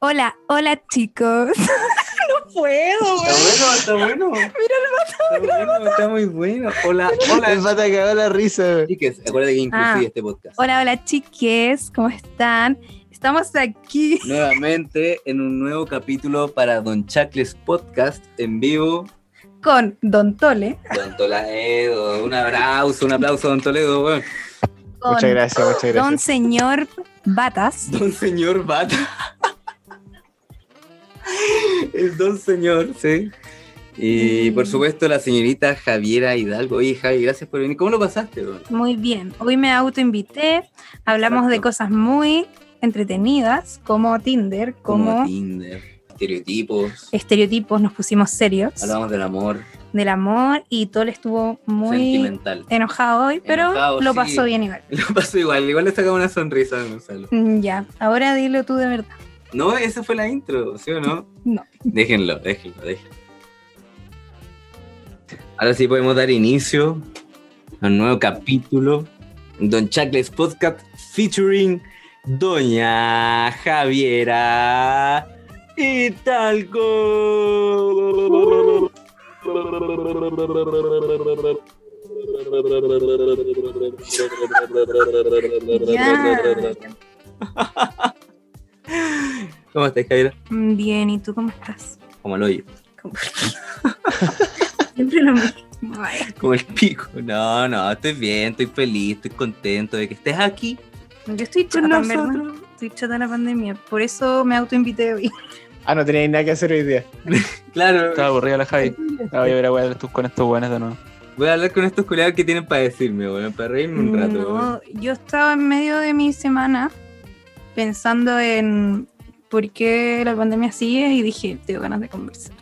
Hola, hola chicos. no puedo. güey. Está bueno, está bueno. Mira el vato. Está bueno, está muy bueno. Hola, El hola. pata cagó la risa, güey. Chiques, acuérdate que inclusive Ah. este podcast. Hola, hola chiques. ¿Cómo están? Estamos aquí. Nuevamente en un nuevo capítulo para Don Chacles Podcast en vivo. con Don Tole, Don Toledo, un abrazo, un aplauso, Don Toledo. weón. con Muchas gracias, muchas Don gracias. Señor Batas, Don Señor Bata. El Don Señor, sí. Y Mm. por supuesto la señorita Javiera Hidalgo. Oye, Javi, gracias por venir. ¿Cómo lo pasaste? weón? muy bien. Hoy me autoinvité, hablamos de Exacto. cosas muy entretenidas, como Tinder, como, Tinder, estereotipos. Eh, estereotipos, nos pusimos serios, Hablamos del amor del amor, y Tole estuvo muy sentimental. enojado hoy, pero Enojado, lo sí. pasó bien igual. Lo pasó igual, igual le sacaba una sonrisa a Gonzalo. Mm, Ya, ahora dilo tú de verdad. No, esa fue la intro, ¿sí o no? No. Déjenlo, déjenlo, déjenlo. Ahora sí podemos dar inicio a un nuevo capítulo. Don Chacles Podcast featuring Doña Javiera Hidalgo. Ya. ¿Cómo estás, Javiera? Mm, Bien, ¿y tú cómo estás? Como el hoyo. ¿Cómo- Siempre lo mismo. Ay. Como el pico. No, no, estoy bien, estoy feliz, estoy contento de que estés aquí Yo estoy con chata, en verdad. nosotros. Estoy chata de la pandemia. Por eso me autoinvité hoy. Ah, no teníais nada que hacer hoy día. Claro, Estaba aburrida la Javi. Ah, voy a ver a weá tú con estos buenos de nuevo. voy a hablar con estos culiados que tienen para decirme, weón, para reírme un rato. weón. No, yo estaba en medio de mi semana pensando en por qué la pandemia sigue y dije, tengo ganas de conversar.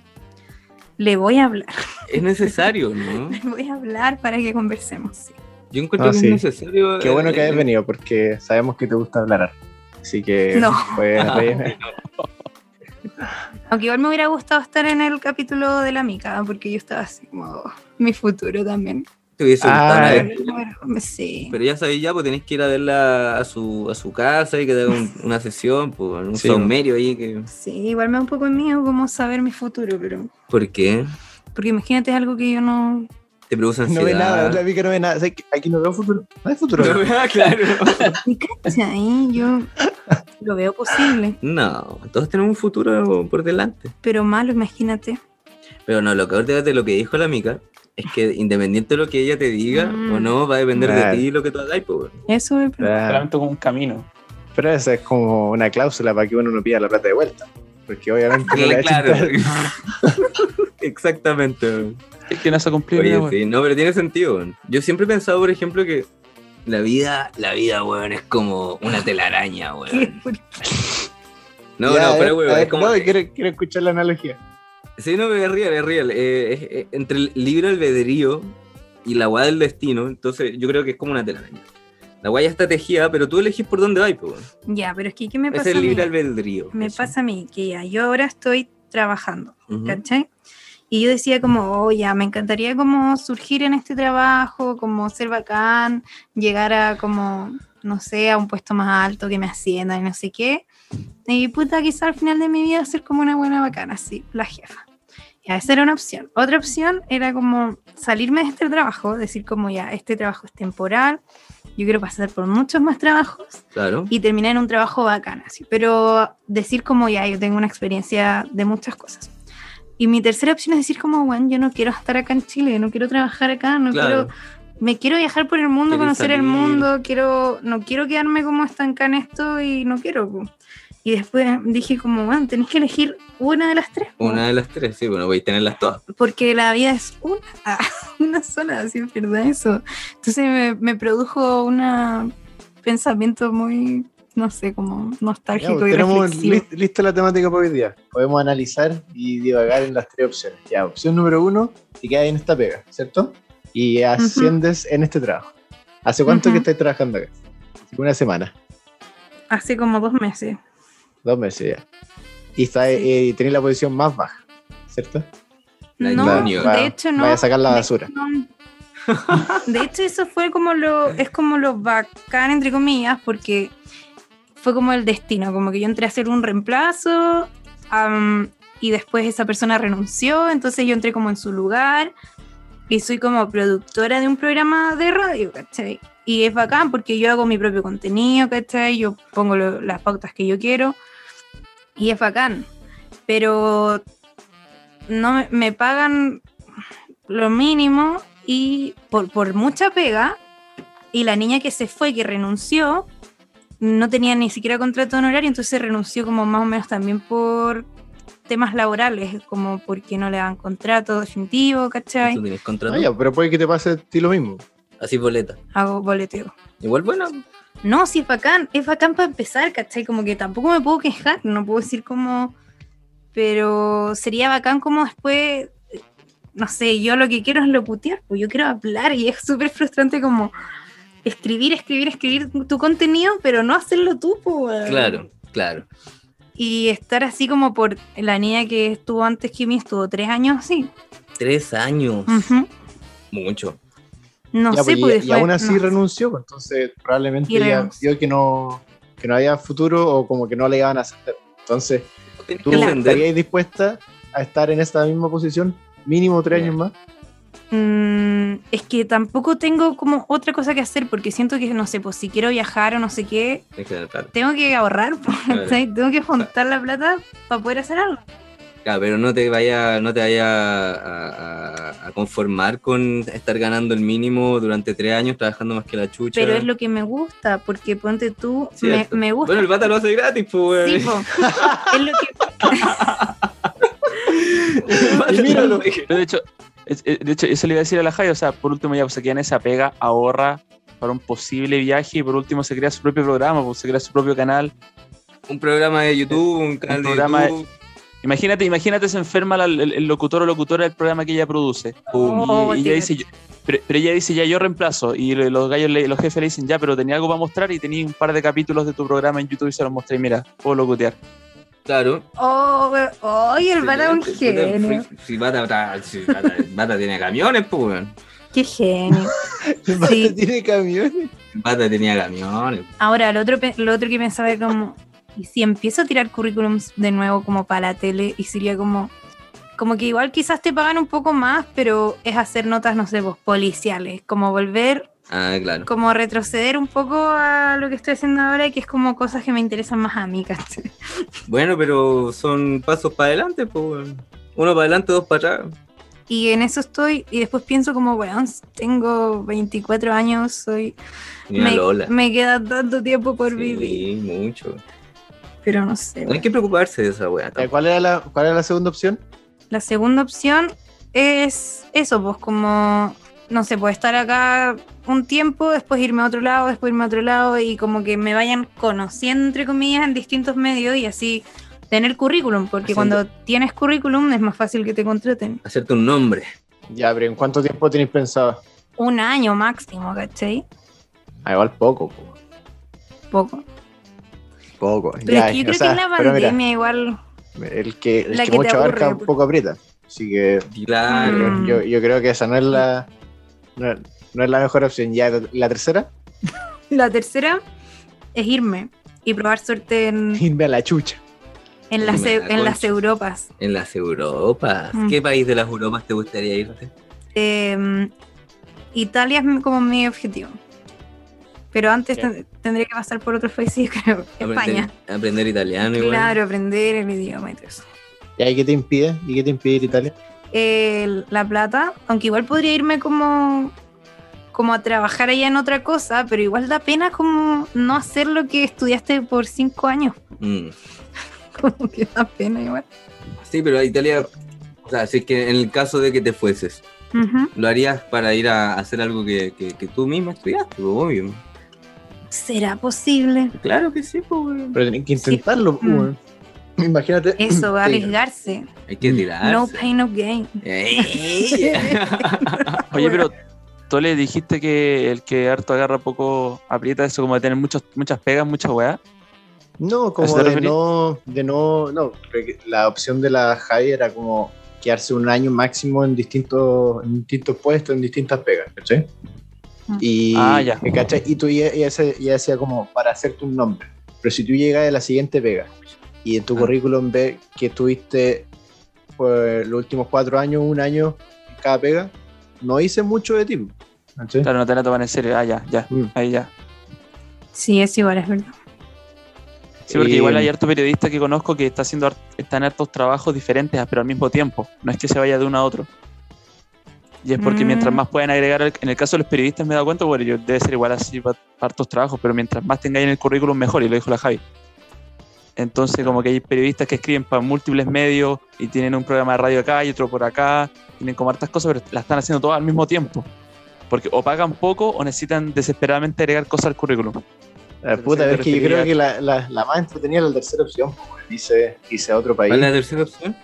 Le voy a hablar, Es necesario, ¿no? le voy a hablar para que conversemos. sí. Yo encuentro Ah, que sí. es necesario. Qué bueno que eh, hayas venido, porque sabemos que te gusta hablar. Así que. No. Pues, Aunque igual me hubiera gustado estar en el capítulo de la mica, porque yo estaba así como "Oh, mi futuro también. te hubiese gustado Ah, una eh. vez, Bueno, sí. Pero ya sabéis, ya, pues tenéis que ir a verla a su, a su casa y que te haga un- una sesión, pues, un Sí. saumerio ahí. Que... Sí, igual me da un poco de miedo como saber mi futuro, pero... ¿Por qué? Porque imagínate es algo que yo no... Te produce no ansiedad. ve nada, la vi que no ve nada. ¿Sabes qué? aquí no veo futuro. No hay futuro. No ve- ah, claro. ¿Me cachai? Yo lo veo posible, No, todos tenemos un futuro por delante. pero malo, imagínate. Pero no, lo que de lo que dijo la Mica es que independiente de lo que ella te diga Mm. o no, va a depender de Claro. ti lo que tú hagáis, pues. weón. Eso es... Claro. Solamente con un camino. Pero esa es como una cláusula para que uno no pida la plata de vuelta. Porque obviamente no la va a chingar. Exactamente. weón. Es que no se ha cumplido Oye, la weá. sí, no, pero tiene sentido. weón. Yo siempre he pensado, por ejemplo, que la vida, la vida, weón, es como una telaraña, weón. ¿Por qué? No, Ya, no, a ver, pero a weón, ver, es como. no, quiero, quiero escuchar la analogía. Sí, no, es real, es real. Eh, es- es- entre el libre albedrío y la weá del destino, entonces yo creo que es como una telaraña. La weá ya está tejida, pero tú elegís por dónde vais, pues. weón. Ya, pero es que ¿qué me Es pasa el a mí? libre albedrío. Me eso. pasa a mí que ya, yo ahora estoy trabajando, Ujú. ¿cachai? Y yo decía como, oh, ya, me encantaría como surgir en este trabajo, como ser bacán, llegar a como, no sé, a un puesto más alto que me ascienda y no sé qué. Y puta, quizá al final de mi vida ser como una buena bacana, así, la jefa. Ya, esa era una opción. Otra opción era como salirme de este trabajo, decir como ya, este trabajo es temporal, yo quiero pasar por muchos más trabajos Claro. y terminar en un trabajo bacán, así. Pero decir como ya, yo tengo una experiencia de muchas cosas. Y mi tercera opción es decir como, bueno, yo no quiero estar acá en Chile, no quiero trabajar acá, no quiero, claro. me quiero viajar por el mundo, Quieres conocer el salir. mundo, quiero, no quiero quedarme como estancada en esto y no quiero. po. Y después dije como, bueno, tenés que elegir una de las tres. po, Una de las tres, sí, bueno, voy a tenerlas todas. Porque la vida es una, una sola, así es verdad eso. Entonces me, me produjo un pensamiento muy, no sé, como Ya, nostálgico pues, y tenemos reflexivo. lis- lista la temática para hoy día. Podemos analizar y divagar en las tres opciones. Ya, opción número uno, te quedas en esta pega, ¿cierto? Y asciendes en este trabajo. ¿Hace cuánto Ujú. que estás trabajando acá? Una semana, Hace como dos meses. dos meses ya. Y está, Sí. eh, tenés la posición más baja, ¿cierto? La no, junior. de hecho no. Vaya a sacar la de- basura. no. De hecho eso fue como lo, es como lo bacán, entre comillas, porque fue como el destino, como que yo entré a hacer un reemplazo am, y después esa persona renunció, entonces yo entré como en su lugar y soy como productora de un programa de radio, ¿cachai? Y es bacán porque yo hago mi propio contenido, ¿cachai? Yo pongo lo- las pautas que yo quiero y es bacán, pero no me, me pagan lo mínimo y por, por mucha pega y la niña que se fue, que renunció, no tenía ni siquiera contrato honorario, entonces renunció como más o menos también por temas laborales, como porque no le dan contrato definitivo, Tú ¿cachai? tienes Ah, contrato. ya, pero puede que te pase a ti lo mismo. Así boleta. Hago boleteo. Igual bueno. No, sí es bacán, es bacán para empezar, ¿cachai? Como que tampoco me puedo quejar, no puedo decir como, pero sería bacán como después, eh, no sé, yo lo que quiero es locutear, pues yo quiero hablar y es súper frustrante como escribir, escribir, escribir tu contenido, pero no hacerlo tú, pues. Claro, claro. Y estar así como por la niña que estuvo antes que mí, estuvo tres años así. Tres años. Ujú. Mucho. No Ya, sé, pues, y- pues, y, después- aún así no. renunció, pues, entonces probablemente Y ella renunció. vio que no, que no había futuro o como que no le iban a hacer. Entonces, Tienes ¿tú que Claro. entender. estarías dispuesta a estar en esta misma posición mínimo tres Ya. años más? Mm, es que tampoco tengo como otra cosa que hacer porque siento que, no sé, pues si quiero viajar o no sé qué, Tienes que tener plata. tengo que ahorrar, po, Claro. ¿cachai? tengo que juntar la plata para poder hacer algo. Claro, pero no te vaya, no te vaya a, a- a conformar con estar ganando el mínimo durante tres años trabajando más que la chucha. Pero es lo que me gusta, porque ponte tú, me, Cierto. me gusta. Bueno, el bata lo hace gratis, pues. Sí, weón. po. es lo que pues. El Bata Y míralo. lo hace- Pero de hecho, es- es- de hecho, eso le iba a decir a la Jai, o sea, por último ya pues, se queda en esa pega, ahorra para un posible viaje y por último se crea su propio programa, pues, se crea su propio canal. Un programa de YouTube, un canal programa de de- YouTube. Imagínate, imagínate se enferma la- el, el locutor o locutora del programa que ella produce. Pum. Oh, y, y te ella dice, yo- pero, pero ella dice, ya yo reemplazo. Y lo- los gallos, le- los jefes le dicen, ya, pero tenía algo para mostrar y tenía un par de capítulos de tu programa en YouTube y se los mostré. Y mira, puedo locutear. Claro. Oh, we- oh, y el bata es un genio. Si Bata, Bata- si Bata- Bata tiene camiones, pues. weón. Qué genio. Sí. Tiene camiones. Bata tenía camiones. Ahora, lo otro, pe- lo otro que pensaba era como, y si empiezo a tirar currículums de nuevo como para la tele, y sería como, como que igual quizás te pagan un poco más, pero es hacer notas, no sé, vos, policiales, como volver, Ah, claro. como retroceder un poco a lo que estoy haciendo ahora, que es como cosas que me interesan más a mí, ¿cachai? Bueno, pero son pasos para adelante, pues. weón. Uno para adelante, dos para atrás. Y en eso estoy, y después pienso como, bueno, tengo 24 años, soy, Ni una me, Lola. me queda tanto tiempo por vivir, Sí, mucho. pero no sé. No hay que preocuparse de esa weá. Ya, ¿Cuál era, la, ¿Cuál era la segunda opción? La segunda opción es eso, pues como, no sé, pues estar acá un tiempo, después irme a otro lado, después irme a otro lado y como que me vayan conociendo, entre comillas, en distintos medios y así tener currículum, porque Haciendo- cuando tienes currículum es más fácil que te contraten. Hacerte un nombre. Ya, pero ¿en cuánto tiempo tenéis pensado? Un año máximo, ¿cachai? Ah, igual poco. po. Poco. Poco. Pero es que yo creo que es la pandemia igual. el que, el la que que te mucho aburre, abarca, po. poco aprieta. Así que Claro. Mm. yo, yo creo que esa no es la no, no es la mejor opción. Ya la tercera, La tercera es irme y probar suerte en, irme a la chucha. en las, Irme a la en las concha. Europas. En las Europas. Mm. ¿Qué país de las Europas te gustaría irte? Eh, Italia es mi- como mi objetivo. Pero antes Ya. ten- tendría que pasar por otros países, yo creo. España. Aprender, aprender italiano igual. Claro, aprender el idioma y todo eso. ¿Y ahí qué te impide? ¿Y qué te impide ir a Italia? El- la plata, aunque igual podría irme como, como a trabajar allá en otra cosa, pero igual da pena como no hacer lo que estudiaste por cinco años. Mm. Como que da pena igual. Sí, pero a Italia. O sea, si es que en el caso de que te fueses, Ujú. ¿lo harías para ir a hacer algo que, que- que tú misma estudiaste? pues, Obvio. ¿Será posible? Claro que sí, pues. weón. Pero tenés que intentarlo. Mm. weón. Imagínate. Eso, Sí. arriesgarse. Hay que tirar. Mm. No pain, no gain. Oye, pero tú le dijiste que el que harto agarra poco aprieta, eso como de tener muchos, muchas pegas, muchas weas. No, eso como te de referís? no, de no, no, creo que la opción de la Javi era como quedarse un año máximo en distintos, en distintos puestos, en distintas pegas, ¿cachai? Mm. Y, Ah, ya. ¿cachai? Y tú ya, ya se- ya decía como para hacerte un nombre, Pero si tú llegas a la siguiente pega y en tu Ah. currículum ves que estuviste por los últimos cuatro años, un año en cada pega, no hice mucho de ti. ¿cachai? Claro, no te la toman en serio. Ah, ya, ya. Mm. Ahí ya. Sí, es igual, es verdad. Sí, porque Eh, igual hay harto periodista que conozco que está haciendo har- está en hartos trabajos diferentes, ah, pero al mismo tiempo. No es que se vaya de uno a otro. Y es porque Mm. mientras más pueden agregar, al- en el caso de los periodistas me he dado cuenta, bueno, yo debe ser igual así para hartos trabajos, pero mientras más tengáis en el currículum mejor, y lo dijo la Javi. Entonces como que hay periodistas que escriben para múltiples medios y tienen un programa de radio acá y otro por acá, tienen como hartas cosas, pero las están haciendo todas al mismo tiempo. Porque o pagan poco o necesitan desesperadamente agregar cosas al currículum. Ah, puta, Pero es que yo creo preferiría- que la, la- la más entretenida era la tercera opción. po, weón. Hice, hice a otro país. ¿Cuál es la tercera opción?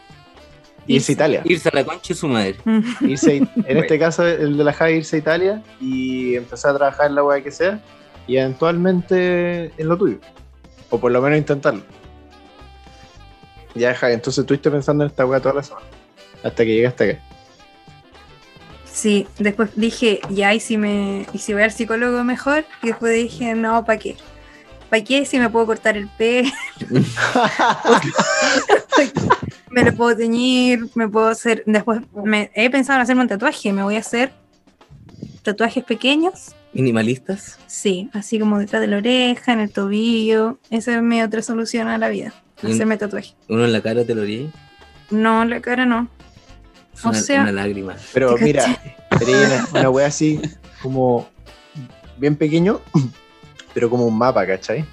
Hice Italia. Irse a la concha de su madre. Irse a It- en este caso, el de la Javi, irse a Italia y empezar a trabajar en la weá que sea. Y eventualmente en lo tuyo. O por lo menos intentarlo. Ya, Javi, entonces estuviste pensando en esta weá toda la semana. Hasta que llegaste acá. Sí, después dije, ya, y si, me, y si voy al psicólogo mejor, y después dije, no, ¿para qué? ¿Para qué si me puedo cortar el pelo? me lo puedo teñir, me puedo hacer... Después me, he pensado en hacerme un tatuaje, me voy a hacer tatuajes pequeños, ¿Minimalistas? sí, así como detrás de la oreja, en el tobillo, esa es mi otra solución a la vida, Y- hacerme tatuaje. ¿Uno en la cara te lo haría? No, la cara no. Es O una, sea- una lágrima. Pero Te mira, sería una, una wea así como bien pequeño, pero como un mapa, ¿cachai?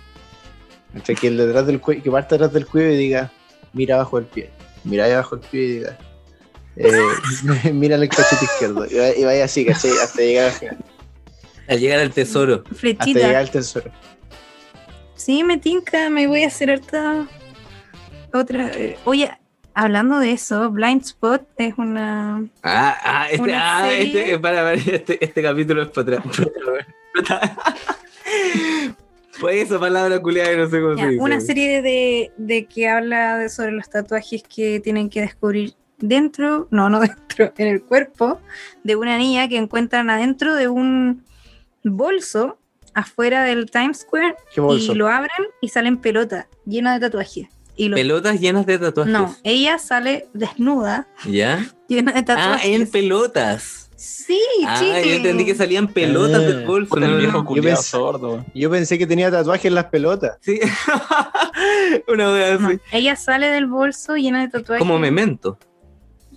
¿Cachai? Que el detrás del cuello, que parte detrás del cuello y diga, mira abajo el pie, mira ahí abajo el pie y diga, eh, mira en el cachete izquierdo. Y vaya, y vaya así, ¿cachai? Hasta llegar, al final, Al llegar al tesoro. hasta Flechita. llegar al tesoro. Sí, me tinca, me voy a hacer harta otra. eh, oye, hablando de eso, Blind Spot es una. Ah, ah, este, Una ah, serie. este, para, para, este, este capítulo es para atrás. Pues esa palabra culiada que no sé cómo ya, se dice. una serie de, de que habla de- sobre los tatuajes que tienen que descubrir dentro, no, no dentro, en el cuerpo de una niña que encuentran adentro de un bolso afuera del Times Square ¿Qué bolso? y lo abren y salen pelota llena de tatuajes. Y los- Pelotas llenas de tatuajes. no, ella sale desnuda, ¿Ya? llena de Ah, tatuajes. en pelotas. Sí, Ah, chicle. yo entendí que salían pelotas Ah, del bolso. Puta, no, el no, viejo no. culiao pensé- sordo. Yo pensé que tenía tatuajes en las pelotas. Sí. una wea No, así. Ella sale del bolso llena de tatuajes. Como memento.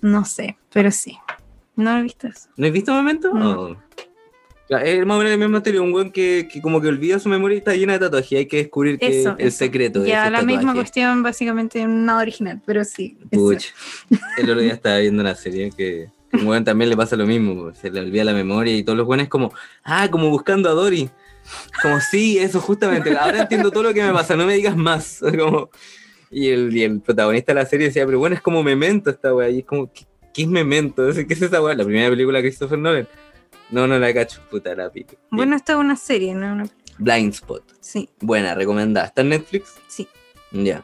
No sé, pero sí. No he visto eso. ¿No has visto Memento? No. Oh. Ya, Es más o menos el mismo material, un weón que, que como que olvida su memoria y está llena de tatuajes. y Hay que descubrir que Eso, el eso. secreto de ya, esos la misma tatuajes. cuestión, básicamente, nada original, pero sí. eso. Pucha. El otro día estaba viendo una serie que que un weón también le pasa lo mismo, po, se le olvida la memoria y todos los weones como, ah, como buscando a Dory. Como, sí, eso justamente, ahora entiendo todo lo que me pasa, no me digas más. Como, y, el, y el protagonista de la serie decía, pero bueno, es como memento esta weá, y es como, ¿qué, qué es memento? Así, ¿Qué es esa weá? La primera película de Christopher Nolan. No, no la cacho, puta la pico. Bueno, esto es una serie, ¿no? Una- Blind Spot. Sí. Buena, recomendada. ¿Está en Netflix? Sí. Ya.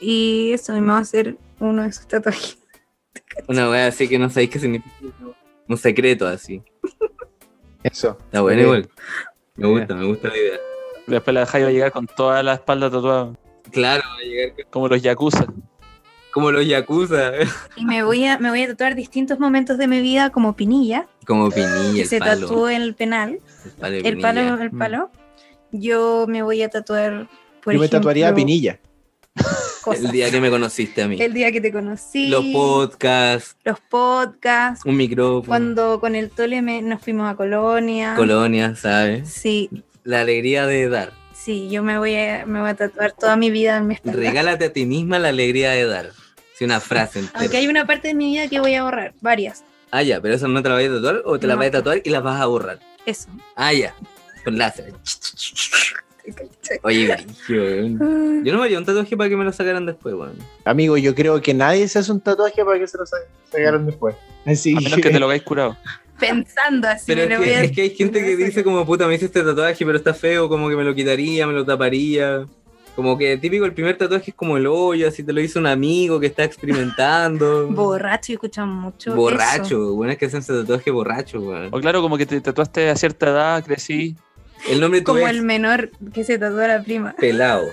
Y eso, y me va a hacer uno de esos tatuajes. Una weá así que no sabéis qué significa. Un secreto así. Eso. Está bueno Ok. igual. Me Sí. gusta, me gusta la idea. Después la Javi va a llegar con toda la espalda tatuada, Claro, va a llegar co- como los yakuza. como los yakuza, Y me voy a, me voy a tatuar distintos momentos de mi vida como Pinilla, como Pinilla, que el se palo, tatuó en el penal, el palo, de el Pinilla. palo, el Mm. palo. Yo me voy a tatuar, por Yo me tatuaría a ejemplo, Pinilla. cosas. El día que me conociste a mí. El día que te conocí, Los podcasts, los podcasts, un micrófono, Cuando con el Tole me- nos fuimos a Colonia. colonia, ¿sabes? Sí, La alegría de dar. sí, yo me voy a, me voy a tatuar toda mi vida en mi espalda. Regálate a ti misma la alegría de dar. Sí, una frase entera. Aunque hay una parte de mi vida que voy a borrar, varias. Ah, ya, pero eso no te la vas a tatuar o te la No. vas a tatuar y la vas a borrar. Eso. Ah, ya. Con láser. Oye, brígido, weón. Yo no me haría un tatuaje para que me lo sacaran después, weón. Amigo, yo creo que nadie se hace un tatuaje para que se lo sa- sacaron después. Así A menos que te lo hagáis curado. Pensando así, Pero me es lo voy que, a- es que hay gente me lo que voy a dice sacar. como puta, me hice este tatuaje, pero está feo, como que me lo quitaría, me lo taparía. Como que típico el primer tatuaje es como el hoyo, así te lo hizo un amigo que está experimentando. Borracho, yo escucho mucho. eso. borracho, bueno, es que hacen ese tatuaje borracho, weón. O claro, como que te tatuaste a cierta edad, crecí, El nombre de tu Como ex, el menor que se tatuó a la prima. pelado.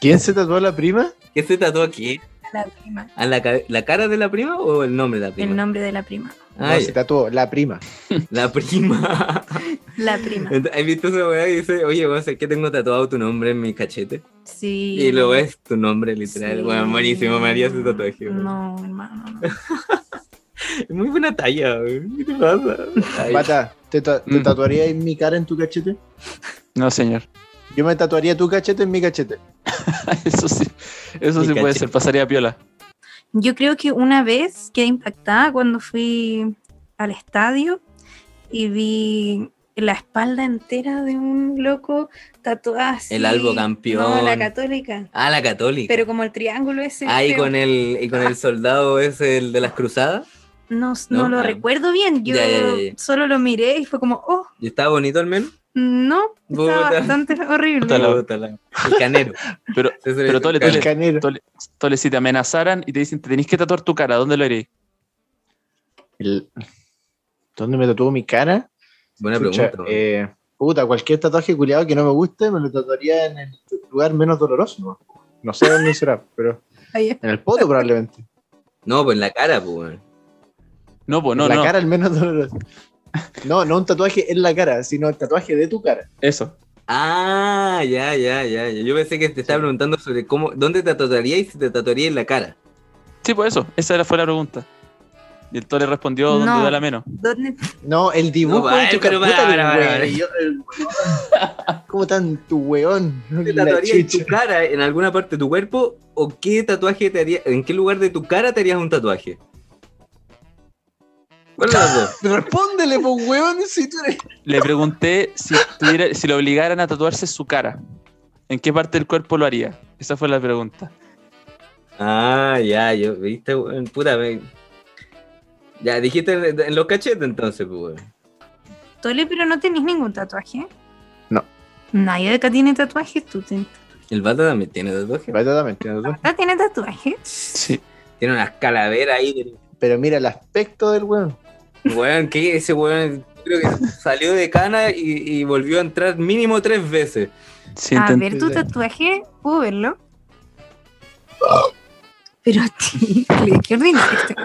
¿Quién se tatuó a la prima? ¿Qué se tatuó aquí? A la prima. ¿A la, ca- la cara de la prima o el nombre de la prima? El nombre de la prima. No, Ay, se tatuó la prima. la prima. La prima. ¿Has visto esa weá y dice, oye, vos, es que tengo tatuado tu nombre en mi cachete? Sí. Y lo ves, tu nombre literal. Sí. Bueno, buenísimo, María haría ese tatuaje. weón. No, hermano. no. Muy buena talla, weón. ¿qué te pasa? Ay, Pata, ¿te, ta- te Mm. tatuaría en mi cara en tu cachete? No, señor. Yo me tatuaría tu cachete en mi cachete. Eso sí, eso Mi sí puede cachete. ser, pasaría piola. Yo creo que una vez quedé impactada cuando fui al estadio y vi la espalda entera de un loco tatuado así. El Albo campeón. No, la católica. ah, la católica. Pero como el triángulo ese. Ahí feo. con el, y con el soldado ese, el de las cruzadas. No, no ¿no? lo Ah. recuerdo bien. Yo Ya, ya, ya, ya. solo lo miré y fue como, oh, ¿Y estaba bonito al menos? no. Estaba Puta. bastante horrible. Puta la- Puta la- El canero. Pero Ese es el pero todo le- todo El canero. le- canero. Entonces, si te amenazaran y te dicen, te tenés que tatuar tu cara, ¿dónde lo haréis? El- ¿Dónde me tatuó mi cara? Buena Pucha, pregunta. weón. eh, puta, cualquier tatuaje culiado que no me guste, me lo tatuaría en el lugar menos doloroso. No, No sé dónde será, pero Ahí es. en el poto probablemente. No, pues en la cara, pues. weón. No, pues no, la no. cara el menos doloroso. No, no un tatuaje en la cara, sino el tatuaje de tu cara. Eso. Ah, ya, ya, ya. ya. Yo pensé que te estaba preguntando sobre cómo, dónde te tatuarías y si te tatuaría en la cara. Sí, pues eso. Esa era- fue la pregunta. Y el Tole respondió, ¿dónde No. duele menos? ¿Dónde No, el dibujo No, de tu pero cara. para, Puta, el para, para, weón, para. y yo, el weón. ¿Cómo tan tu weón? ¿Te La tatuarías en tu chucha. cara, en alguna parte de tu cuerpo? ¿O qué tatuaje te haría, en qué lugar de tu cara te harías un tatuaje? ¿Cuál de los dos? Respóndele, pues weón, si tú eres. Le pregunté si, tuviera- si lo obligaran a tatuarse su cara. ¿En qué parte del cuerpo lo haría? Esa fue la pregunta. Ah, ya, yo, viste, weón, puta, me- Ya, dijiste en, en los cachetes entonces, pues, weón. Tole, pero no tenés ningún tatuaje. No. Nadie de acá tiene tatuajes. ¿Tú ten- El vato también tiene tatuaje. Exactamente, ¿no? acá tiene tatuajes? Sí. Tiene unas calaveras ahí. de- Pero mira el aspecto del weón. Weón, que ese weón, yo creo que salió de cana y, y volvió a entrar mínimo tres veces. sí a intent- ver tu sí. tatuaje, ¿puedo verlo? Pero, chicle, qué ordinario. este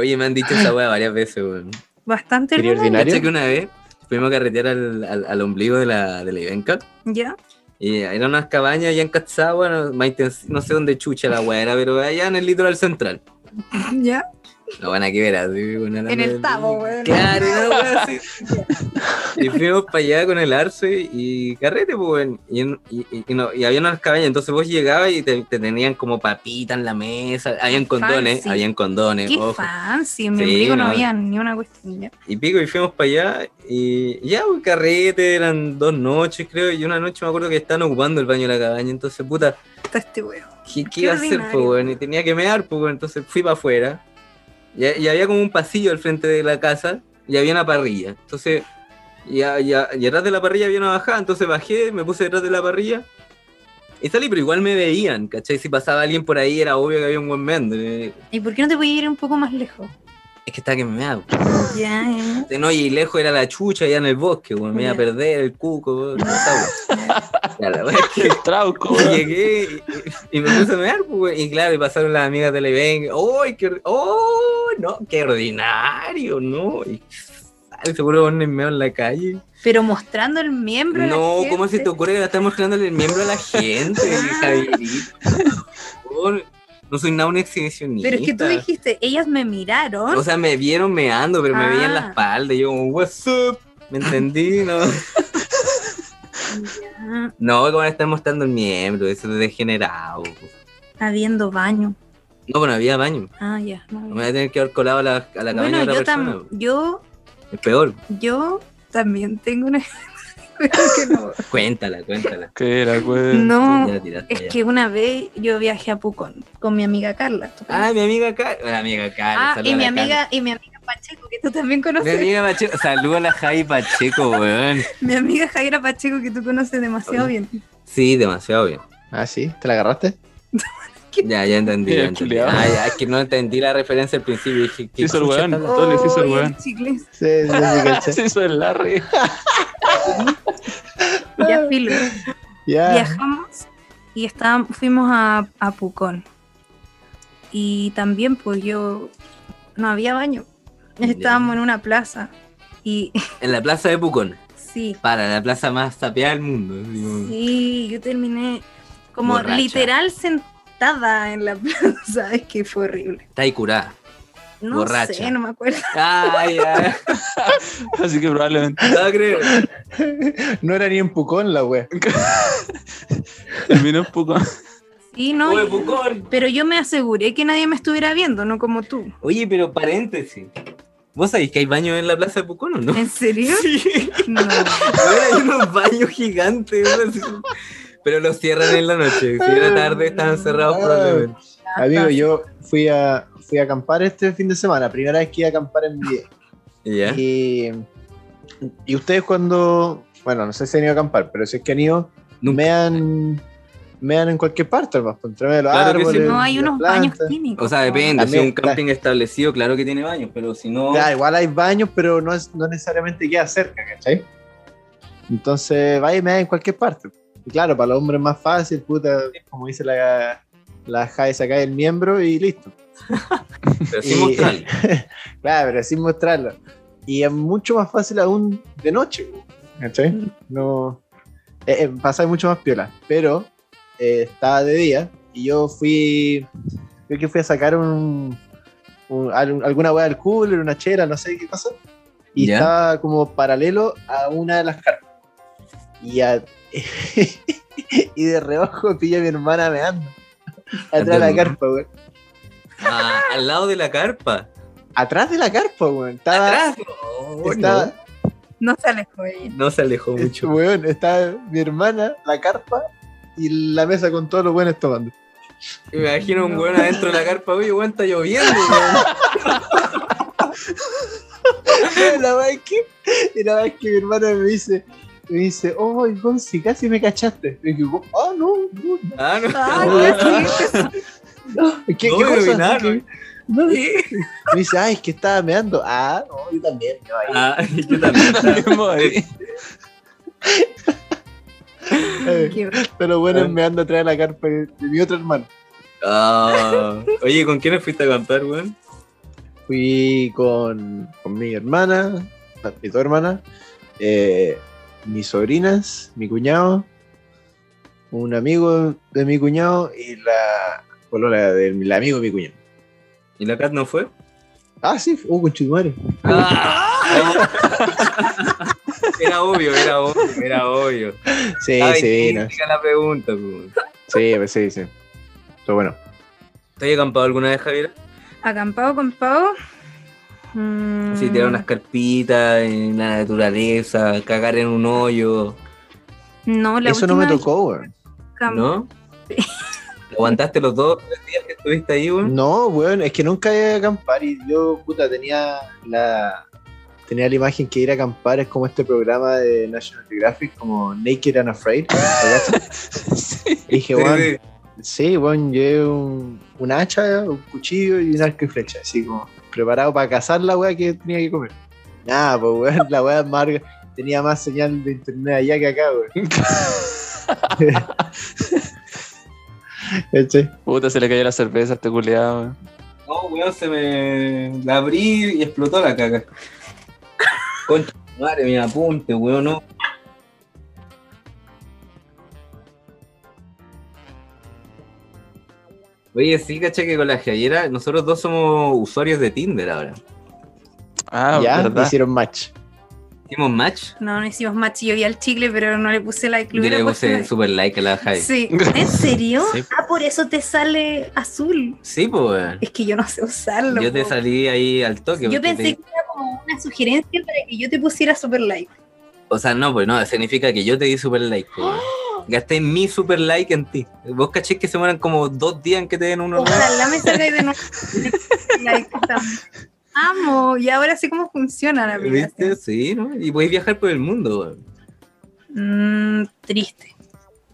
Oye, me han dicho esa weá varias veces, weón. Bastante Sería ordinario. Caché que una vez fuimos a carretear al, al- al ombligo de la, de la Ivenca. ¿Ya? Y eran unas cabañas allá en Cazagua, no, Maiten- no sé dónde chucha la weá era, pero allá en el litoral central. ¿Ya? Lo van a que ver así, con En el tabo, weón. Claro, una weá así. Y fuimos para allá con el arce y carrete, pues, weón. Y, en- y- y- y no- y había unas cabañas, entonces vos llegabas y te, te tenían como papita en la mesa. Habían condones, fancy. habían condones, Qué Eh, ojo. fancy. En mi Sí, ombligo no no. había ni una cuestión. ya. Y pico, y fuimos para allá. Y ya, pues, carrete, eran dos noches, creo. Y una noche me acuerdo que estaban ocupando el baño de la cabaña, entonces, puta. Está este weón. ¿Qué, qué Qué iba a hacer, ordinario. po, weón? Y tenía que mear, po, weón. Entonces fui para afuera. Y, y había como un pasillo al frente de la casa. Y había una parrilla. Entonces, y, a- y a- y atrás de la parrilla había una bajada. Entonces bajé, me puse detrás de la parrilla. Y salí, pero igual me veían, ¿cachai? Si pasaba alguien por ahí, era obvio que había un buen mendo. Eh, ¿Y por qué no te voy a ir un poco más lejos? Es que estaba que me meaba. Ya, eh. ya. No, y lejos era la chucha allá en el bosque, weón. Me iba a Ya. perder el cuco, weón. esa weá. Ya, la verdad es que El trauco. Y llegué y, y me puse a mear, pues, güey. y claro, y pasaron las amigas de la Iben, ¡ay, qué, or- oh, no, qué ordinario, no! Y, ay, seguro van en medio en la calle. Pero mostrando el miembro. a la No, ¿cómo se gente. te ocurre que la estás mostrándole el miembro a la gente, Javierito? Por favor, No soy nada un exhibicionista. Pero es que tú dijiste, ellas me miraron. O sea, me vieron meando, pero me veían la Ah. espalda. Y yo, como, what's up? ¿Me entendí? No, Ya, no ¿cómo le estás mostrando el miembro? Eso es degenerado. habiendo baño. No, bueno, había baño. Ah, ya. no Me había- voy a tener que haber colado a la, a la cabaña Bueno, de otra yo, persona. tam- yo, po. Es peor. yo también tengo una... Creo que no. Cuéntala, cuéntala. ¿Qué era, güey? No, Ya, tiraste es ya. que una vez yo viajé a Pucón con mi amiga Carla. ¿tú Ah, mi amiga Carla. Bueno, amiga Carla. Ah, saluda y a mi la amiga, y mi amiga Pacheco, que tú también Carla. Mi conoces. amiga Pacheco. Saluda a la Javi Pacheco, weón. Mi amiga Jaira Pacheco, que tú conoces demasiado Oh, bien. Sí, demasiado bien. Ah, sí, ¿te la agarraste? Ya, ya entendí. Mira, Ya entendí. culiao. Ah, ya, es que no entendí la referencia al principio. Dije, ¿qué Sí, hizo el chucha Oh, weón. está- Todo le hizo el Oy, weón. chicle. Sí, sí, sí, caché. Se hizo el Larry. Ya filo. Ya. Viajamos y estábamos- fuimos a, a Pucón. Y también, pues yo no había baño. Estábamos en una plaza. Y En la plaza de Pucón. sí, Para, la plaza más tapeada del mundo. digo. sí, yo terminé como Mm. Borracha. literal sentada en la plaza. Es que fue horrible. Está ahí curada. No Borracha. sé, no me acuerdo. Ay, ay. Así que probablemente No creo. No era ni en Pucón la wea. terminó un poco. Sí, no. Oye, y- pues, Pucón. Pero yo me aseguré que nadie me estuviera viendo, no como tú. Oye, pero paréntesis. ¿Vos sabéis que hay baños en la plaza de Pucón o no? ¿En serio? Sí. No. Ahora hay unos baños gigantes. ¿no? Así como- Pero los cierran en la noche. Si era tarde, estaban cerrados Ah. probablemente. Amigo, yo fui a, fui a acampar este fin de semana, primera vez que iba a acampar en mi vida. ¿Ya? Y, y ustedes cuando, bueno, no sé si han ido a acampar, pero si es que han ido, me han, me han en cualquier parte, más entre medio de los Claro que sí. árboles. No hay las unos baños plantas. químicos. O sea, depende. Si También, es un camping establecido, claro que tiene baños. Pero si no. Ya, igual hay baños, pero no, es, no necesariamente queda cerca, ¿cachai? Entonces, vaya y me da en cualquier parte. Y claro, para los hombres es más fácil, puta, como dice la, la Jai, sacar el miembro y listo. Pero sin Y- mostrarlo. Claro, pero sin mostrarlo. Y es mucho más fácil aún de noche, Mm. ¿cachai? No. eh, eh, pasa mucho más piola, pero eh, estaba de día y yo fui. Creo que fui a sacar un. un- al- alguna hueá del cooler, una chela, no sé qué pasó. Y Ya. estaba como paralelo a una de las carpas. Y, a- y de reojo pilla a mi hermana meando. Atrás de la Entiendo. carpa, weón. Ah, al lado de la carpa. Atrás de la carpa, weón. Estaba. Atrás. No, estaba- no. No se alejó ella. No se alejó Este, mucho. weón, está mi hermana, la carpa y la mesa con todos los buenos tomando. Me imagino un No. weón adentro de la carpa. Oye, weón, está lloviendo. weón. la verdad es que, y la verdad es que mi hermana me dice, me dice, oh, Gonzi, casi me cachaste. Y digo, oh, no, no, Ah, no. Ay, no, ¿qué, qué No, cosa? pero nada, ¿Qué- no? Me dice, ay, es que estaba meando. Ah, no, yo también. yo ahí. Ah, yo también. Estuvimos ahí. Eh, qué- pero bueno, me ando atrás de la carpa de de mi otro hermano. Ah, oye, ¿con quiénes fuiste a cantar, weón? Fui con, con mi hermana, mi dos hermanas, eh, mis sobrinas, mi cuñado, un amigo de mi cuñado y la polola del amigo de mi cuñado. ¿Y la Cat no fue? Ah, sí, uh, con Ah. era obvio, era obvio, era obvio. Sí, Estaba sí, no, intrínseca la pregunta, weón. sí, pues sí, sí. Pero bueno, ¿Te has acampado alguna vez, Javier? Acampado con Pau. mm, Sí, tirar unas carpitas en la naturaleza, cagar en un hoyo, No, la eso no me última vez tocó, weón. que acamp- ¿no? ¿Aguantaste los dos tres días que estuviste ahí, ¿Mm? weón? No, weón, es que nunca iba a acampar y yo, puta, tenía la... Tenía la imagen que ir a acampar es como este programa de National Geographic, como Naked and Afraid. ¿lo cachas? Sí. Y dije, Sí, weón, sí. sí, weón, llevé un, un hacha, un cuchillo y un arco y flecha, así como preparado para cazar la weá que tenía que comer. Nada, pues weón, la weá más tenía más señal de internet allá que acá, weón. ¿Cachai? Puta, se le cayó la cerveza a este culeado. No, weón, se me. La abrí y explotó la caca. Concha, de madre, mi apunte, weón, no. Oye, sí, caché que con la Javiera, nosotros dos somos usuarios de Tinder ahora. Ah, ya, verdad. hicieron match. Hicimos match. No, no hicimos match. Yo vi al chicle, pero no le puse like. Yo le hubiera le puesto puse like. super like a la Javi. Sí, Sí. ¿En serio? Sí. Ah, por eso te sale azul. pues, weón. Es que yo no sé usarlo. Yo te po. salí ahí al toque. Yo porque pensé te- que era como una sugerencia para que yo te pusiera super like. O sea, no, pues no, significa que yo te di super like. pues, weón. ¡Ah! Gasté mi super like en ti. Vos caché que se mueran como dos días en que te den uno. weón? Ojalá me salgáis de nuevo. Like, también. Amo. Y ahora sé cómo funciona la ¿Viste? aplicación. Sí, ¿no? Y podéis viajar por el mundo. weón. Mm, triste.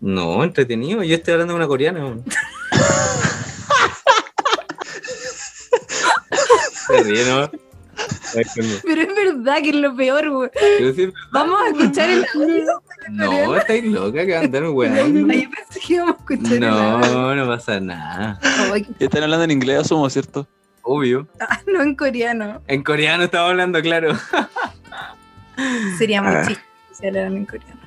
No, entretenido. Yo estoy hablando de una coreana. weón. Se ríe, ¿no? Pero es verdad que es lo peor, güey. Yo siempre- Vamos a escuchar el audio. No, estáis loca que andar weón. Ay, Yo pensé que íbamos a escuchar el audio. No, no pasa nada. Ay, Ya están hablando en inglés, asumo, ¿cierto? Obvio. No en coreano. En coreano estaba hablando, claro. Sería muy Ah. chiste si hablaran en coreano.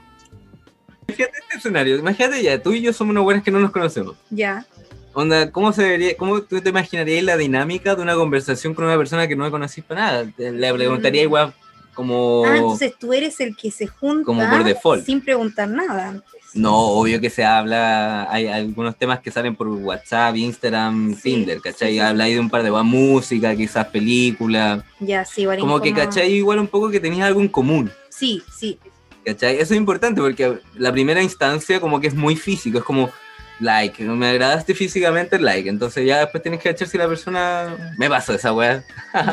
Este escenario, imagínate ya, tú y yo somos unos buenos que no nos conocemos. Ya. Onda, ¿cómo se vería, cómo tú te imaginarías la dinámica de una conversación con una persona que no conocís para nada? Te- Le preguntaría Mm. igual como... Ah, entonces tú eres el que se junta Como por default. sin preguntar nada antes. No, obvio que se habla, hay algunos temas que salen por WhatsApp, Instagram, Sí, Tinder, ¿cachai? sí, sí. Habláis de un par de weas, música, quizás películas, Ya, sí, igual como que, incómodo. ¿cachai? Igual un poco que tenías algo en común, Sí, sí. ¿cachai? Eso es importante porque la primera instancia como que es muy físico, es como, like, me agradaste físicamente, like, entonces ya después tienes que cachar si la persona... Me pasó esa wea.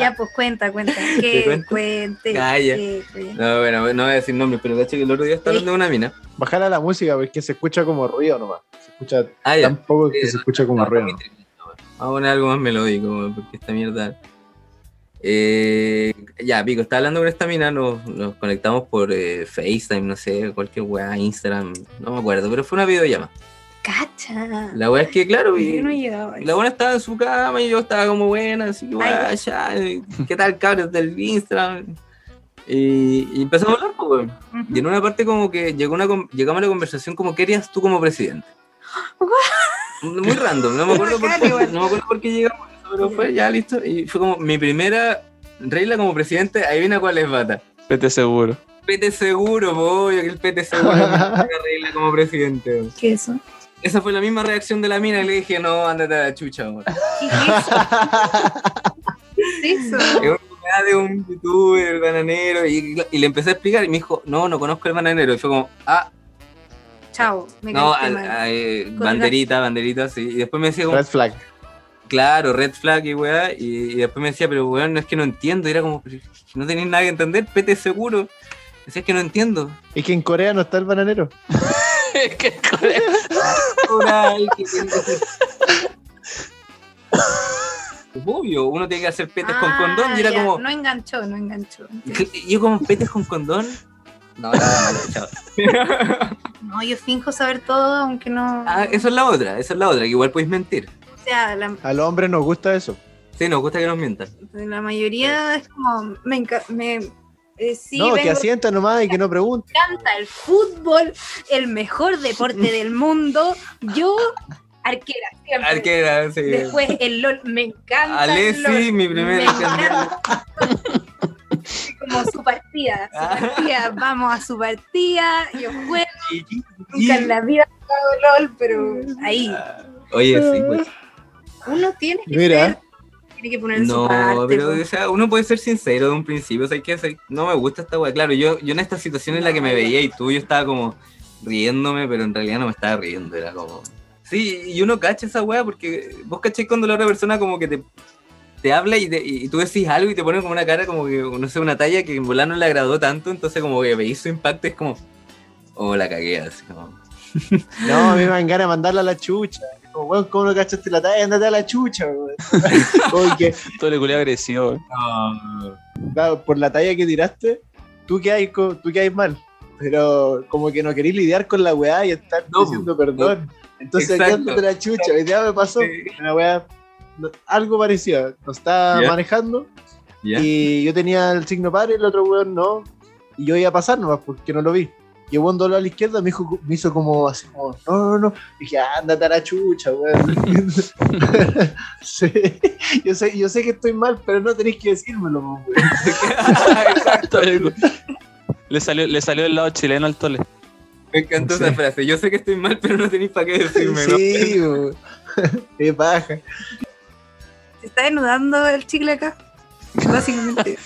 Ya, pues cuenta, cuenta. Que cuento? cuente. Calla. que cuente. No, bueno, no voy a decir nombres, pero ¿cachai? Que el otro día estaba hablando de una mina. Bajala la música porque se escucha como ruido nomás. Se escucha Ah, ya. tan poco que Sí, se escucha como No, ruido. está muy triste, weón. Vamos a poner algo más melódico, weón, porque esta mierda. Eh, ya, Pico, estaba hablando con esta mina, nos, nos conectamos por eh, FaceTime, no sé, cualquier weá, Instagram, no me acuerdo, pero fue una videollamada. Cacha. La weá es que, claro, y- Yo no llegaba. a la eso. buena estaba en su cama y yo estaba como buena, así que weá, ya, eh, ¿qué tal, cabros del Instagram? Y, y empezamos a hablar, pues, weón. Ujú. Y en una parte como que llegó una, con- llegamos a la conversación como, ¿qué harías tú como presidente? Muy random, no me acuerdo por qué, Bacán, igual. no me acuerdo por qué llegamos, a eso, pero fue ya listo. Y fue como mi primera regla como presidente, ahí viene cuál es bata. Vete seguro. Pete seguro, voy, el pete seguro, mi primera regla como presidente. weón. ¿Qué es eso? Esa fue la misma reacción de la mina y le dije, no, ándate a la chucha, weón". ¿Qué es eso? ¿Qué es eso? Es un weá de un youtuber, bananero, y, y le empecé a explicar y me dijo, no, no conozco el bananero. Y fue como, ah, Chao, me No, caíste al- mal. a- eh, Colgar. banderita, banderita, sí. Y después me decía, como, Red flag. claro, red flag y weá. Y, y después me decía, pero weón, no es que no entiendo. Y era como, "Pero es que no tenéis nada que entender, pete seguro. Decía, es que no entiendo. Es que en Corea no está el bananero. ¿Qué corea? Oral, que tiene que ser- Es Obvio, uno tiene que hacer petes con Ah, condón. Y era ya, como, No enganchó, no enganchó. Entiendo. y yo como, petes con condón. No, no, no, no, chao. No, yo finjo saber todo, aunque no. Ah, esa es la otra, esa es la otra, que igual podéis mentir. O sea, la, A los hombres nos gusta eso. Sí, nos gusta que nos mientan. la mayoría es como. Me, enca- me eh, sí, no, que vengo- asienta nomás y que no pregunte. me encanta el fútbol, el mejor deporte del mundo. Yo, arquera, siempre. Arquera, sí. Después el LOL, me encanta. el Alessi, LOL. Eh, mi primer Me escándalo. encanta. Como su partida, su Ah. partida, vamos a su partida, yo juego, Y- Ah. nunca en la vida he jugado LOL, pero ahí, Oye, sí, pues. uno tiene que Mira. ¿eh? ser- tiene que poner su No, parte. pero pues. o sea, uno puede ser sincero de un principio. O sea, hay que ser- no me gusta esta weá. Claro, yo, yo en esta situación en la que me veía y tú, yo estaba como riéndome, pero en realidad no me estaba riendo. Era como. Sí, y uno cacha esa weá porque vos cacháis cuando la otra persona como que te, te habla y, te- y tú decís algo y te pone como una cara como que, no sé, una talla que en volar no le agradó tanto, entonces como que veis su impacto y es como. Oh, la cagué, así como. No, a mí me dan ganas de mandarla a la chucha. Como, weón, ¿cómo no cachaste la talla? Andate a la chucha, weón. Como que, Todo le culé agresivo. "No". claro, por la talla que tiraste, tú quedáis, co- tú quedáis mal. Pero como que no querís lidiar con la weá y estar No, diciendo perdón. Entonces, Exacto. andate a la chucha. Hoy día me pasó Sí. una weá, no- algo parecido. Nos estaba Ya. manejando ¿Ya? Y yo tenía el signo padre, el otro weón no. Y yo iba a pasar nomás porque no lo vi. Y un dobló a la izquierda me, dijo, me hizo como así como, no, no, no. Y dije, "Ah, ándate a la chucha, weón. Sí. Yo, sé, yo sé que estoy mal, pero no tenéis que decírmelo, po, weón. Todo le culé. Le salió, le salió el lado chileno al tole. Me encantó esa Sí. frase. Yo sé que estoy mal, pero no tenéis para qué decirme. ¿no? Sí, weón. Qué paja. Se está desnudando el chicle acá, básicamente.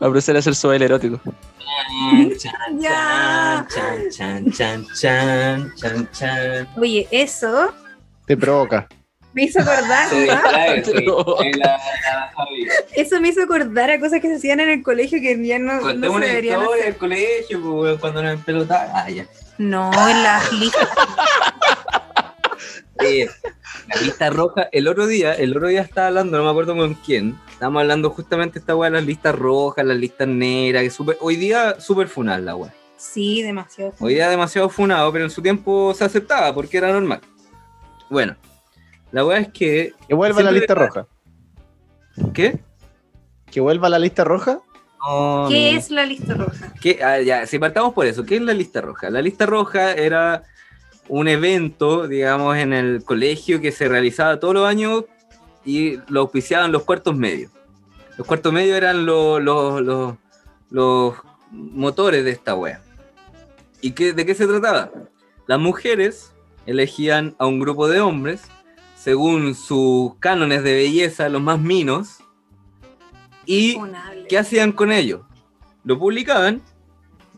Va a proceder a hacer su baile erótico. Ah, ya. Chan, chan, chan, chan, chan, chan. Oye, eso Te provoca. me hizo acordar. Se ¿no? distrae, sí. En la- la Javi. Eso me hizo acordar a cosas que se hacían en el colegio que ya no, no Contemos se una deberían historia hacer. del colegio, pues, weón, cuando nos empelotaba. Ah, ya. No, en las listas. Sí. Eh, la lista roja, el otro día, el otro día estaba hablando, no me acuerdo con quién, estábamos hablando justamente esta weá de las listas rojas, las listas negras, que super, hoy día súper funal la weá. Sí, demasiado. Hoy día demasiado funado, pero en su tiempo se aceptaba porque era normal. Bueno, la weá es que. Que vuelva la siempre- lista roja. ¿Qué? Que vuelva la lista roja. No, ¿Qué no. es la lista roja? ¿Qué? Ah, ya, si partamos por eso, ¿qué es la lista roja? La lista roja era un evento, digamos, en el colegio que se realizaba todos los años y lo auspiciaban los cuartos medios. Los cuartos medios eran los, los, los- los motores de esta wea. ¿Y qué, de qué se trataba? Las mujeres elegían a un grupo de hombres según sus cánones de belleza, los más minos, y Funable. ¿qué hacían con ello? Lo publicaban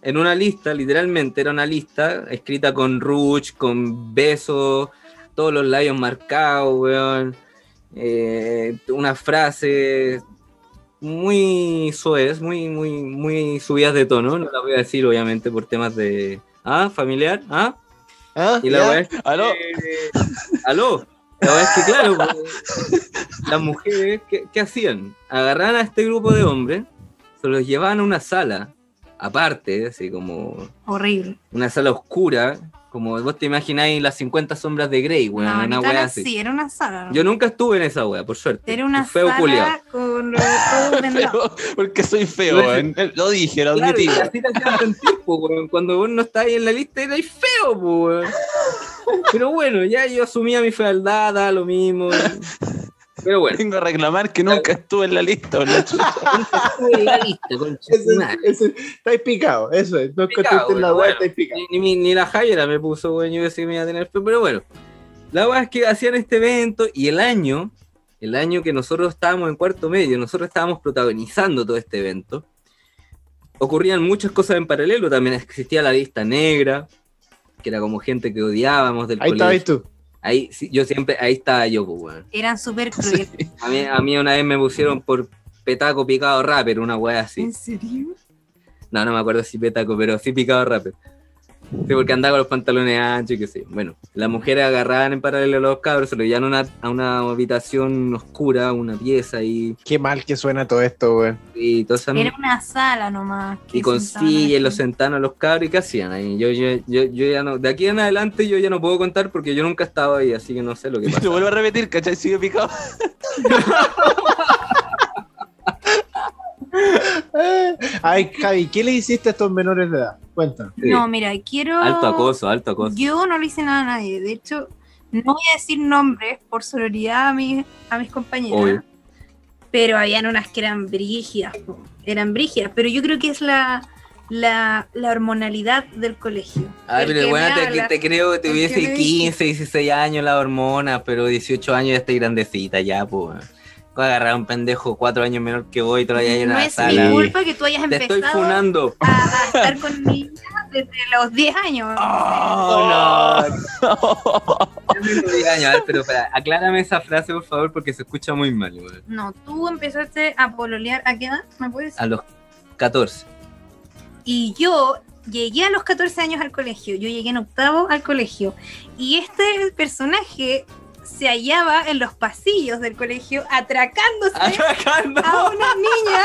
en una lista, literalmente era una lista escrita con ruch, con besos, todos los labios marcados, weón. eh, una frase muy soez, muy, muy, muy subidas de tono, no la voy a decir obviamente por temas de... Ah, familiar, ah. ¿Ah? Y la ¿Ya? weá es Aló, eh, aló. La verdad es que, claro, pues, las mujeres, ¿qué, qué hacían? Agarraban a este grupo de hombres, se los llevaban a una sala, aparte, así como Horrible. una sala oscura, como vos te imagináis las 50 sombras de Grey, weón, no, una ni tan wea así. así. era una sala. ¿no? Yo nunca estuve en esa wea, por suerte. Era una Feo sala culiao. con los todos vendados. feo, porque soy feo, weón. Eh, Lo dije, lo Claro, admití. y así te hacían sentir, po, weón. Cuando vos no estabas en la lista, erais feo, po, weón. Pero bueno, ya yo asumía mi fealdad, da lo mismo. Pero bueno. Vengo a reclamar que nunca estuve en la lista, weón. estuve en la lista, concha de Ese- su madre. ese- estáis picado, eso es. No Picado, encontraste la bueno, weá, bueno. estáis picado. Ni, ni- ni la Jaira me puso, bueno, yo decía que me iba a tener fe, pero bueno. La verdad es que hacían este evento y el año, el año que nosotros estábamos en cuarto medio, nosotros estábamos protagonizando todo este evento. Ocurrían muchas cosas en paralelo, también existía la lista negra, que era como gente que odiábamos del Ahí colegio. estabas tú. Ahí, sí, yo siempre, ahí estaba yo, pues, weón. Eran súper crueles. A mí, a mí una vez me pusieron por petaco picado rapper, una weá así. ¿En serio? No, no me acuerdo si petaco, pero sí picado rápido. Sí, porque andaba con los pantalones anchos y qué sé yo. Bueno, las mujeres agarraban en paralelo a los cabros, se lo llevan a una, a una habitación oscura, una pieza y, Qué mal que suena todo esto, weón. y todas esas- Era una sala nomás. que Y con sentaban sillas ahí. los sentaron a los cabros y qué hacían ahí. Yo, yo, yo, yo ya no, de aquí en adelante yo ya no puedo contar porque yo nunca estaba ahí, así que no sé lo que Lo pasó. vuelvo a repetir, ¿cachai? Sigue picado. Ah, Ay, Javi, ¿qué le hiciste a estos menores de edad? Cuéntanos. No, mira, quiero. Alto acoso, alto acoso. Yo no le hice nada a nadie. De hecho, no voy a decir nombres por sororidad a mis, a mis compañeras. Obvio. Pero habían unas que eran brígidas. po, Eran brígidas. Pero yo creo que es la, la, la hormonalidad del colegio. El Ay, Ah, pero que bueno, me te, habla- te creo que el que me tuviese dice. 15, 16 años la hormona, pero 18 años ya estoy grandecita ya, pues. Voy a agarrar a un pendejo 4 años menor que voy y todavía hay no una es sala. mi culpa que tú hayas Te estoy empezado a, funando. a estar con mi hija desde los 10 años. Oh, no. Ya me lo voy a dañar, pero espera, aclárame esa frase, por favor, porque se escucha muy mal, weón. No, tú empezaste a pololear. ¿A qué edad? ¿Me puedes A los 14. Y yo llegué a los 14 años al colegio, yo llegué en octavo al colegio. Y este personaje se hallaba en los pasillos del colegio atracándose Atacando. ¿Eh? a una niña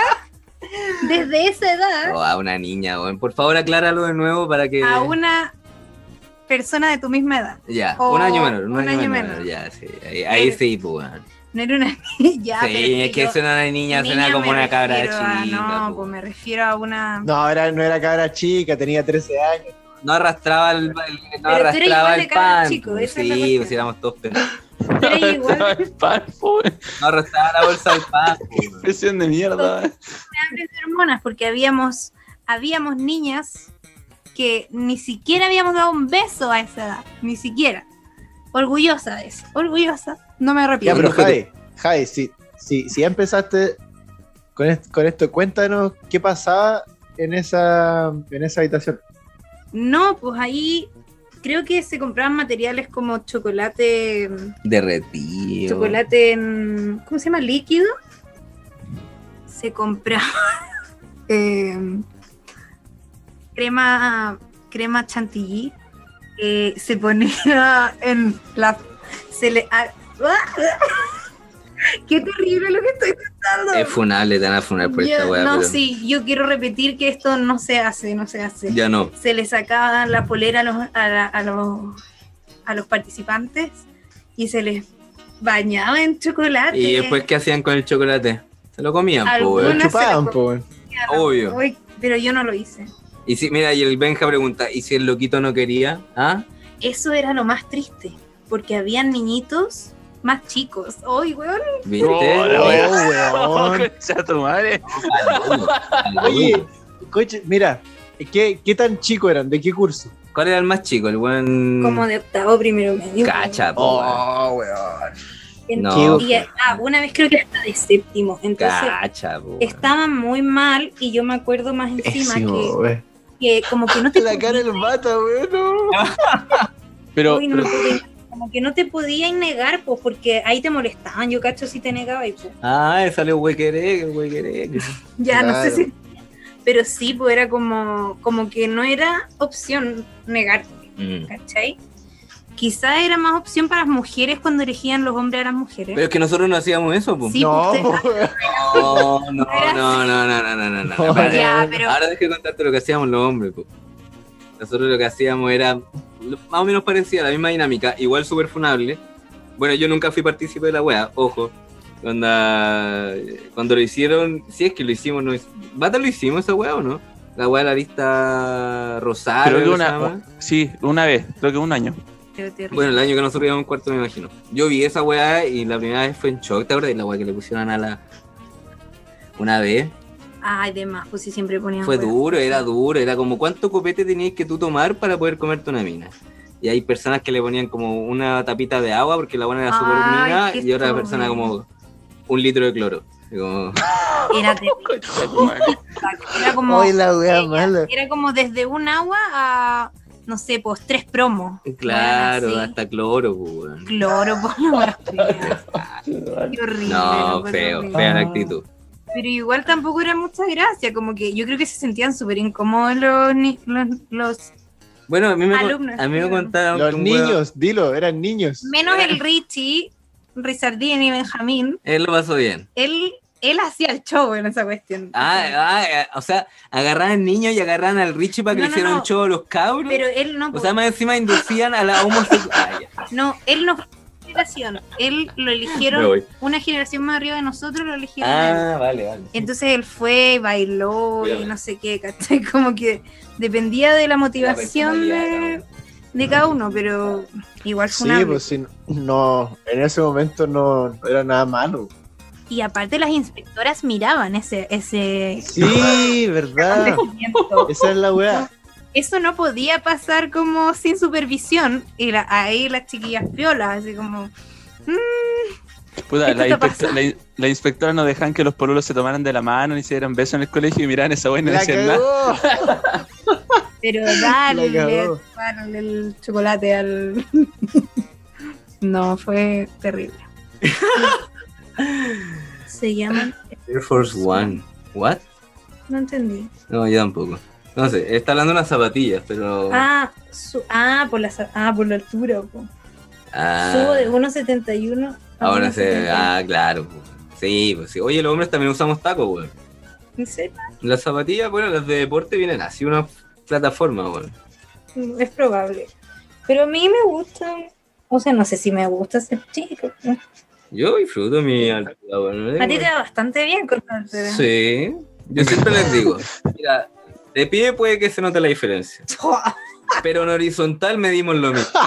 desde esa edad Oh, a una niña, weón. Por favor, acláralo de nuevo para que. a una persona de tu misma edad. Ya, o un año menor, un, año, menor. menor. Ya, sí. Ahí, ahí sí, pues, weón. No era una niña. Ah, pero Sí, es que yo- suena una niña, suena niña como me una cabra refiero a- chica. no, po. pues me refiero a una... No, era, no era cabra chica, tenía 13 años. No arrastraba el, el- no eras arrastraba igual de el cabra pan. chico, po. esa es la sí, cuestión. pues éramos todos pendejos. Pero igual Estaba el pan, weón. No arrastraba la bolsa del pan. po, weón. Presión de mierda. hambre de hormonas porque habíamos, habíamos niñas que ni siquiera habíamos dado un beso a esa edad, ni siquiera. Orgullosa de eso, orgullosa. No me Ya, arrepiento. pero Fíjate. Javi, Javi, si, si, si ya empezaste con, es- con esto, cuéntanos qué pasaba en esa, en esa habitación. No, pues ahí creo que se compraban materiales como chocolate, mm, Derretido. chocolate, en- ¿cómo se llama? Líquido. Se compraba eh, crema, crema chantilly. eh, se ponía en la. Se le, a- Qué terrible lo que estoy contando. Es funable, te van a funar por Ya, esta weá. no, pero sí, yo quiero repetir que esto no se hace, no se hace. Ya no. Se le sacaban la polera a los, a, la- a los, a los participantes y se les bañaba en chocolate. Y después, ¿qué hacían con el chocolate? Se lo comían, po, Algunos- weón. Lo chupaban, po, weón. Obvio. Uy, pero yo no lo hice. Y si, mira, y el Benja pregunta, ¿y si el loquito no quería? ¿Ah? Eso era lo más triste, porque habían niñitos más chicos. ¡Ay, weón! ¿Viste? Oh, la Oh, wea. weón. Concha tu madre. Oye, coche, mira, ¿qué, ¿qué tan chico eran? ¿De qué curso? ¿Cuál era el más chico? El buen. Como de Oh. octavo primero medio. Mm. Cacha, po, weón. Oh, weón. En- no. y- ah, una vez creo que hasta de séptimo. Entonces Cacha, po, weón. estaban muy mal y yo me acuerdo más encima que Pésimo, weón. que como que no te La cara del mata, weón. no. Pero, Uy, no, porque como que no te podían negar pues porque ahí te molestaban yo cacho si te negaba y pues Ah, salió huequereque, huequereque. ya no sé Claro. si pero sí pues era como como que no era opción negarte Mm. ¿cachai? quizá era más opción para las mujeres cuando elegían los hombres a las mujeres Pero es que nosotros no hacíamos eso, po. Sí, no, pues, po, weón. No, no, no, no, no, no, no, no, no. No, Espérate. ya pero Ahora deje de contarte lo que hacíamos los hombres, po. Nosotros lo que hacíamos era lo- más o menos parecía la misma dinámica, igual súper funable. Bueno, yo nunca fui partícipe de la wea, ojo. Cuando, cuando lo hicieron, si es que lo hicimos, no es- ¿Bata lo hicimos esa wea o no? La wea de la lista rosario. creo que ¿cómo se una. llama? Sí, una vez, creo que un año. pero terrible. Bueno, el año que nosotros íbamos en cuarto, me imagino. Yo vi esa weá y la primera vez fue en shock, ¿te acuerdas? Y la weá que le pusieron a la. Una vez. ay de más pues si siempre ponían Fue hueá. duro, era duro. Era como cuánto copete tenías que tú tomar para poder comerte una mina. Y hay personas que le ponían como una tapita de agua porque la buena era súper Ay, mina qué y otra estúpido. persona como un litro de cloro. Y como- era terrible, Concha tu madre. era como Oye, la weá Sí, mala. Era como desde un agua a, no sé, pues tres promos. claro, Bueno, así, hasta cloro, pues, weón. Cloro, pues no más fea. Qué horrible. No, lo encuentro feo, horrible. fea la actitud. Pero igual tampoco era mucha gracia, como que yo creo que se sentían súper incómodos los, ni- los, los- Bueno, a mí me, Alumnos, a mí me claro. contaron Los que un weón- niños, dilo, eran niños. Menos el Richie, Rizardini y Benjamín, él lo pasó bien. él, él hacía el show en esa cuestión. Ah, ah, eh, o sea, agarraran al niño y agarraran al Richie para que No, le no, hicieran no. un show a los cabros. Pero él no, pues. po- o sea, más encima inducían a la Ah, homosexualidad. no, él no fue de generación. Él lo eligieron, una generación más arriba de nosotros lo eligieron. a él. Ah, vale, vale. Entonces él fue, bailó y Cuídame. no sé qué, ¿cachai? Como que dependía de la motivación de, de cada uno, pero igual fue Sí, una. pues sí, no, en ese momento no, no era nada malo. Y aparte las inspectoras miraban ese, ese Sí, verdad. acontecimiento. Esa es la weá. Eso no podía pasar como sin supervisión. Y la- ahí las chiquillas piolas, así como. Puta, ¿Esto la, te inspecto- pasa? la in- la inspectora no dejaban que los pololos se tomaran de la mano ni se dieran besos en el colegio y miraban esa wea y no La decían nada. cagó, Pero la dale, cagó. dale el chocolate al. no, fue terrible. Se llaman. Air Force One. ¿What? No entendí. No, yo tampoco. No sé, está hablando de unas zapatillas, pero. Ah, su- ah, por la, sa- ah, por la altura. po. Ah, Subo de 1,71. a ahora se. 1,70. Ah, claro. po. Sí, pues sí. Oye, los hombres también usamos tacos, weón. ¿En serio? Las zapatillas, bueno, las de deporte vienen así, una plataforma, weón. Mm, Es probable. Pero a mí me gustan. O sea, no sé si me gusta ser chico. Yo disfruto mi altura, weón. A ti te va bastante bien con la altura. Sí. Yo siempre les digo, mira, de pie puede que se note la diferencia, pero en horizontal medimos lo mismo.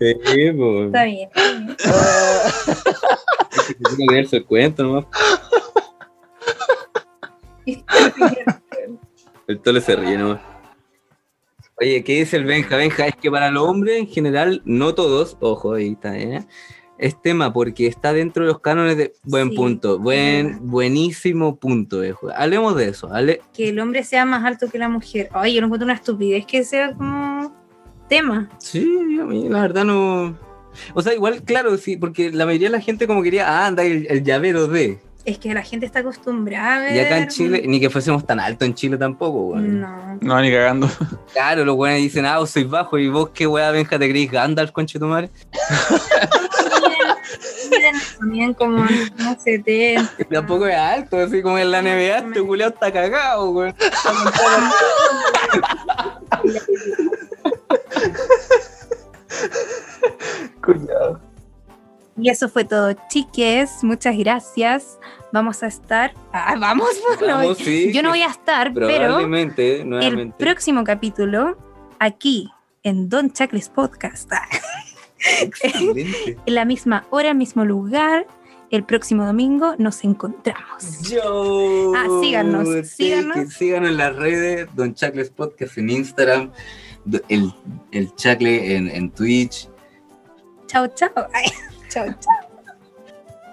Sí, pues. Está bien. está bien. Tiene que darse cuenta nomás. El tole se ríe nomás. Oye, ¿qué dice el Benja? Benja, es que para los hombres en general, no todos, ojo, ahí está, ¿eh? es tema porque está dentro de los cánones de... Buen Sí, punto, verdad. buen, buenísimo punto, viejo. Hablemos de eso, hable... que el hombre sea más alto que la mujer. Ay, yo no encuentro una estupidez que sea como tema. Sí, a mí la verdad no... O sea, igual, claro, sí, porque la mayoría de la gente como quería, ah, anda el, el llavero de... Es que la gente está acostumbrada a ver. Y acá en Chile, ni que fuésemos tan alto en Chile tampoco, weón. No. No, ni cagando. Claro, los weones dicen, ah, vos sois bajo y vos qué weá, venja, te creís Gandalf, conche tu madre. Miden- miden- Miden como, no sé, te. Y Tampoco es alto, así como en la NBA, este culeado está cagado, weón. Y eso fue todo, chiques. Muchas gracias. Vamos a estar. Ah, vamos, bueno, Vamos, sí, Yo no que voy a estar, pero Probablemente, el nuevamente. próximo capítulo, aquí, en Don Chacles Podcast, Excelente. en la misma hora, mismo lugar, el próximo domingo nos encontramos. Yo. Ah, síganos, síganos. que síganos en las redes, Don Chacles Podcast en Instagram, do- el, el Chacle en, en Twitch. Chao, chao. Ay, Chao, chao.